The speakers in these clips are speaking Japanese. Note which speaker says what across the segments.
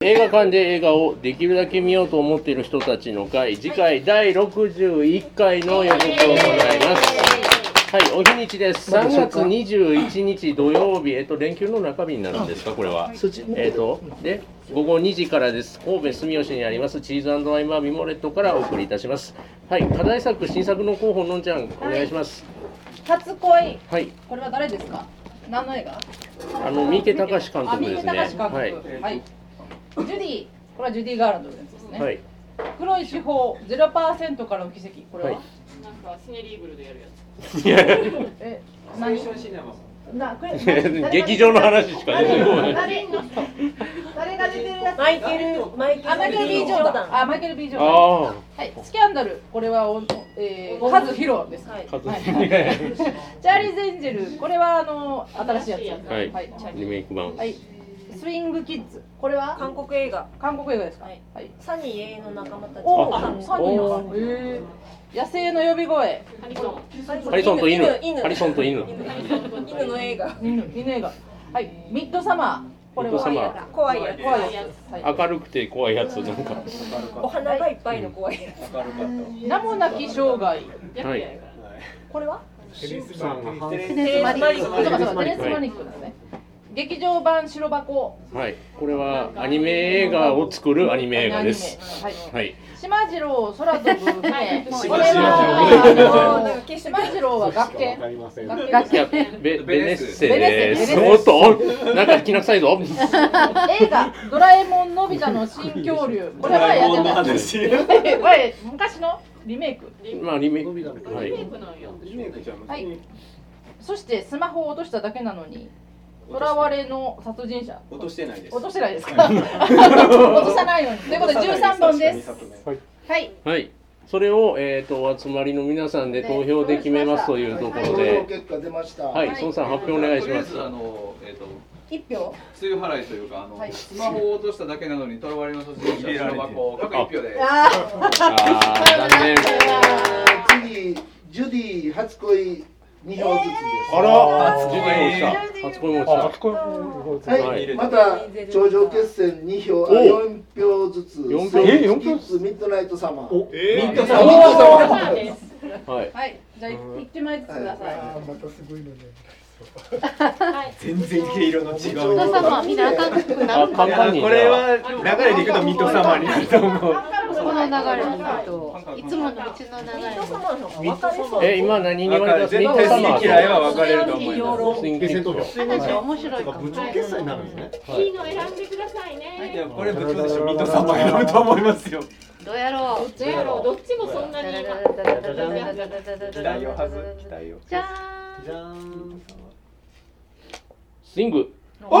Speaker 1: 映画館で映画をできるだけ見ようと思っている人たちの会次回第61回の予告を行いますはいお日にちです3月21日土曜日えっと連休の中日になるんですかこれは
Speaker 2: そっちも
Speaker 1: えー、とで午後2時からです神戸住吉にありますチーズアイマーミモレットからお送りいたしますはい課題作新作の候補のんちゃんお願いします
Speaker 3: 初恋
Speaker 1: はい
Speaker 3: これは誰ですか何の映画
Speaker 1: あの三池隆監督ですね
Speaker 3: あ三池隆監督
Speaker 1: は
Speaker 3: はいい、ジュディこれはジュディ・ガーランドのやつですね、
Speaker 1: はい
Speaker 3: 黒い手法0%からの奇跡これは、
Speaker 1: はい
Speaker 4: なんかスネリーブルでやるやつ。
Speaker 1: いや
Speaker 3: え何なこれ
Speaker 1: 劇場の話しか出てこない
Speaker 3: 誰誰が出てるやつ
Speaker 5: マイケル、マイケ
Speaker 3: あマイケル・ビー・ジョーダンあマイケル・ビー・ジョーダン
Speaker 1: あ
Speaker 3: はい、スキャンダル、これはお、えー、カズヒロです。
Speaker 5: はい
Speaker 1: あ数
Speaker 3: はい
Speaker 1: は
Speaker 3: チャーリーズ・エンジェル、これはあの新しいやつ。
Speaker 1: い、
Speaker 3: はい、チャーリ
Speaker 1: リメイク版
Speaker 3: ーはい、スイング・キッズ、これは
Speaker 5: 韓国映画、
Speaker 3: 韓国映画ですか。
Speaker 5: はい
Speaker 3: はい。
Speaker 5: サニー永遠の仲間たち。
Speaker 3: おお、
Speaker 5: 韓
Speaker 3: 3
Speaker 5: 国
Speaker 3: 人の
Speaker 1: お。
Speaker 3: ええ。野生の呼び声、
Speaker 4: ハリソン。
Speaker 1: ハリソンと犬
Speaker 5: 犬
Speaker 1: ハリソンと犬
Speaker 4: ハリソンと
Speaker 5: 犬の映画。
Speaker 3: 犬、犬映画。はい、ミッドサマー、これは
Speaker 1: ミッドサマー
Speaker 5: 怖いや
Speaker 3: 怖いやつ。はい。
Speaker 1: 明るくて怖いやつなんか
Speaker 5: つ。お花がいっぱいの怖いやつ。
Speaker 3: 名もなき生涯。
Speaker 4: 役やるから。
Speaker 5: これは？
Speaker 3: テレスマニックそうかそうか、
Speaker 5: マニック。
Speaker 3: テレスマニックですね。劇場版白箱。
Speaker 1: はいこれはアニメ映画を作るアニメ映画です
Speaker 3: アニメ。はい。
Speaker 1: はい
Speaker 3: 島次郎空飛ぶ船
Speaker 4: もう
Speaker 3: これはあのー島次郎は学研学研
Speaker 1: いやベベネッセ
Speaker 3: ベネ
Speaker 1: で
Speaker 3: ッ
Speaker 1: す
Speaker 3: セ
Speaker 1: おっとなんかきな臭い ぞ
Speaker 3: 映画「ドラえもんのび太の新恐竜」これはやってない 昔のリメイク
Speaker 1: まあリメイクは
Speaker 4: リメイ
Speaker 1: い
Speaker 4: クなんよ。
Speaker 3: はいそしてスマホを落としただけなのに囚われの殺人者
Speaker 6: 落としてないです
Speaker 3: 落としてないですか 落とさないようにということで13本ですはい
Speaker 1: はいそれをえっとお集まりの皆さんで投票で決めますというところ
Speaker 7: 投票
Speaker 1: で
Speaker 7: 結果出ました。
Speaker 1: はい孫さん発表お願いしま
Speaker 6: と
Speaker 1: す
Speaker 6: りあえずあのえっ、と
Speaker 3: 一票
Speaker 6: 梅雨払いというかあの、
Speaker 3: はい
Speaker 6: スマホを落としただけなのにとらわれの卒業者の箱各一票で
Speaker 1: あー残念
Speaker 7: 次ジュディ初恋二票ずつです。
Speaker 1: あら初恋も落ちた初恋も落ち
Speaker 7: は
Speaker 1: はい
Speaker 7: い、また頂上決戦二票あ
Speaker 1: お
Speaker 7: 四票ずつ。
Speaker 1: 四票
Speaker 7: え四票ずつミッドナイト様。
Speaker 8: お
Speaker 7: ミ
Speaker 6: え
Speaker 7: ッド
Speaker 3: お
Speaker 7: 様。ミッド様。
Speaker 3: ー
Speaker 1: たはい
Speaker 3: はいじゃあ1枚ずつください
Speaker 7: は
Speaker 8: またすごいのね。
Speaker 9: 全然毛色の違う。
Speaker 7: ミッド様
Speaker 10: みんな赤くな
Speaker 1: あ
Speaker 10: るん
Speaker 1: カンパニー
Speaker 9: これは流れでいくとミッドサマーになると思う。
Speaker 10: この流れのこといつもの道の流れ
Speaker 5: 人様の方が分かれそう。
Speaker 1: え今何に言われた
Speaker 9: 絶対好き嫌いは分かれると思います。
Speaker 10: 話面白いかも
Speaker 8: 部長決済になるんですね。
Speaker 4: いいの選んでください
Speaker 9: い
Speaker 4: ね。
Speaker 9: やこれ部長でしょ。ミッドサマー選ぶと思いますよ。
Speaker 10: どうやろ
Speaker 4: ど
Speaker 10: う
Speaker 4: っちやろう。どっちもそんなに今。
Speaker 9: 期待をはず期待を。
Speaker 10: じゃ
Speaker 9: じゃん。
Speaker 1: スイング
Speaker 3: いつか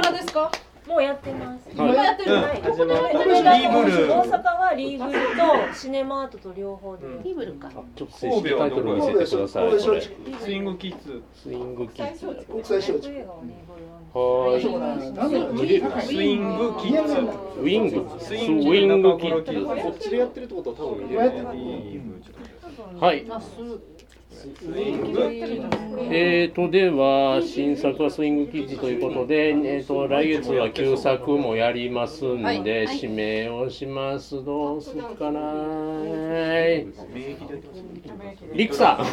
Speaker 3: らですか
Speaker 5: もうやってます。
Speaker 3: 今やってるの
Speaker 5: はい。
Speaker 9: 始ま
Speaker 5: 大
Speaker 9: る
Speaker 5: 阪はリーブルとシネマートと両方で。
Speaker 10: ーリブルか
Speaker 1: ちょっと正式タイトル見せてください
Speaker 7: 神戸
Speaker 1: こ
Speaker 7: 松
Speaker 1: れ
Speaker 7: 竹
Speaker 9: スイングキッズ。
Speaker 1: スイングキッズだ
Speaker 7: 国際招致。
Speaker 1: はーい
Speaker 7: なんだろうジュディ
Speaker 9: スイングキッズ。
Speaker 1: ウィングス
Speaker 9: ス
Speaker 1: ウ
Speaker 9: イング
Speaker 1: ィングキッズ
Speaker 9: こっちでやってるってことは多分
Speaker 1: はいえーとでは新作はスイングキッズということで、えー、と来月は旧作もやりますんで、
Speaker 3: はい
Speaker 1: 指名をしますどうすっかなはいリクさん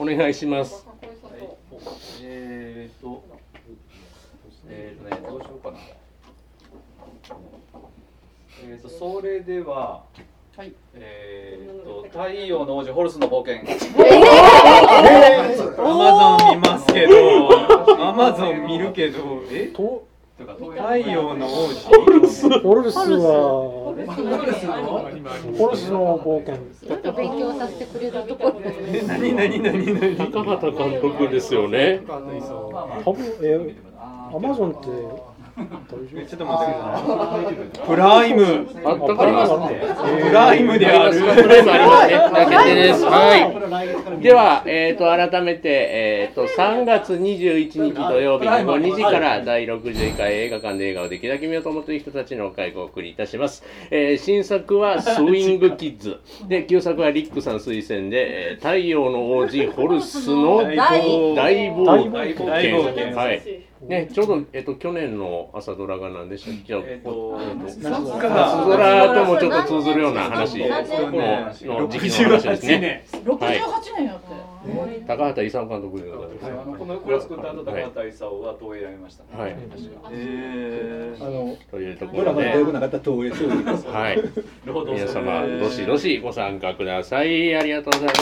Speaker 1: お願いします
Speaker 6: えーっとえーっとねどうしようかなえーっとそれでは
Speaker 3: はい
Speaker 6: えーっと太陽の王子ホルスの冒険
Speaker 7: それ
Speaker 9: アマゾン見ますけど、アマゾン見るけど、え？
Speaker 8: と
Speaker 6: とか東
Speaker 9: 太陽の王子。
Speaker 8: ホルスは
Speaker 6: の
Speaker 8: ホルスの冒険。
Speaker 10: ちょっと勉強させてくれるところ
Speaker 9: え何何何何何。
Speaker 1: 高畑監督ですよね
Speaker 8: 多分えアマゾンって
Speaker 9: えちょっと待ってください。プライム。
Speaker 1: あったかな
Speaker 9: プライムである。
Speaker 1: プライムありますね。だけです。はい。では、えっ、と、改めて、えっ、と、3月21日土曜日午後2時から第61回映画館で映画をできるだけ見ようと思っている人たちの会をお送りいたします。えー新作はスイングキッ ズ。で、旧作はリックさん推薦で、えー太陽の王子ホルスの
Speaker 9: 大冒
Speaker 1: 大冒険。
Speaker 9: 大冒険
Speaker 1: はい。ね、ちょうど、えっと、去年の朝ドラが何でしたっけ、えっと、
Speaker 9: え
Speaker 1: 夏
Speaker 9: っ
Speaker 1: ドラともちょっと通ずるような話の
Speaker 3: 何年
Speaker 1: の時期の話ですね。
Speaker 3: 六十八年やって。
Speaker 1: 高畑勲監督でございます。
Speaker 6: このこれを作った後高畑勲は東映やりましたね。
Speaker 1: はい
Speaker 6: 確か
Speaker 9: え
Speaker 8: あの
Speaker 1: というとこ
Speaker 9: ドラ
Speaker 1: ろ
Speaker 9: マが
Speaker 1: で
Speaker 9: 良、くなかったら東映そうです
Speaker 1: はい、
Speaker 6: 労働
Speaker 1: 皆
Speaker 6: 者
Speaker 1: 様どしどしご参加ください。ありがとうございます。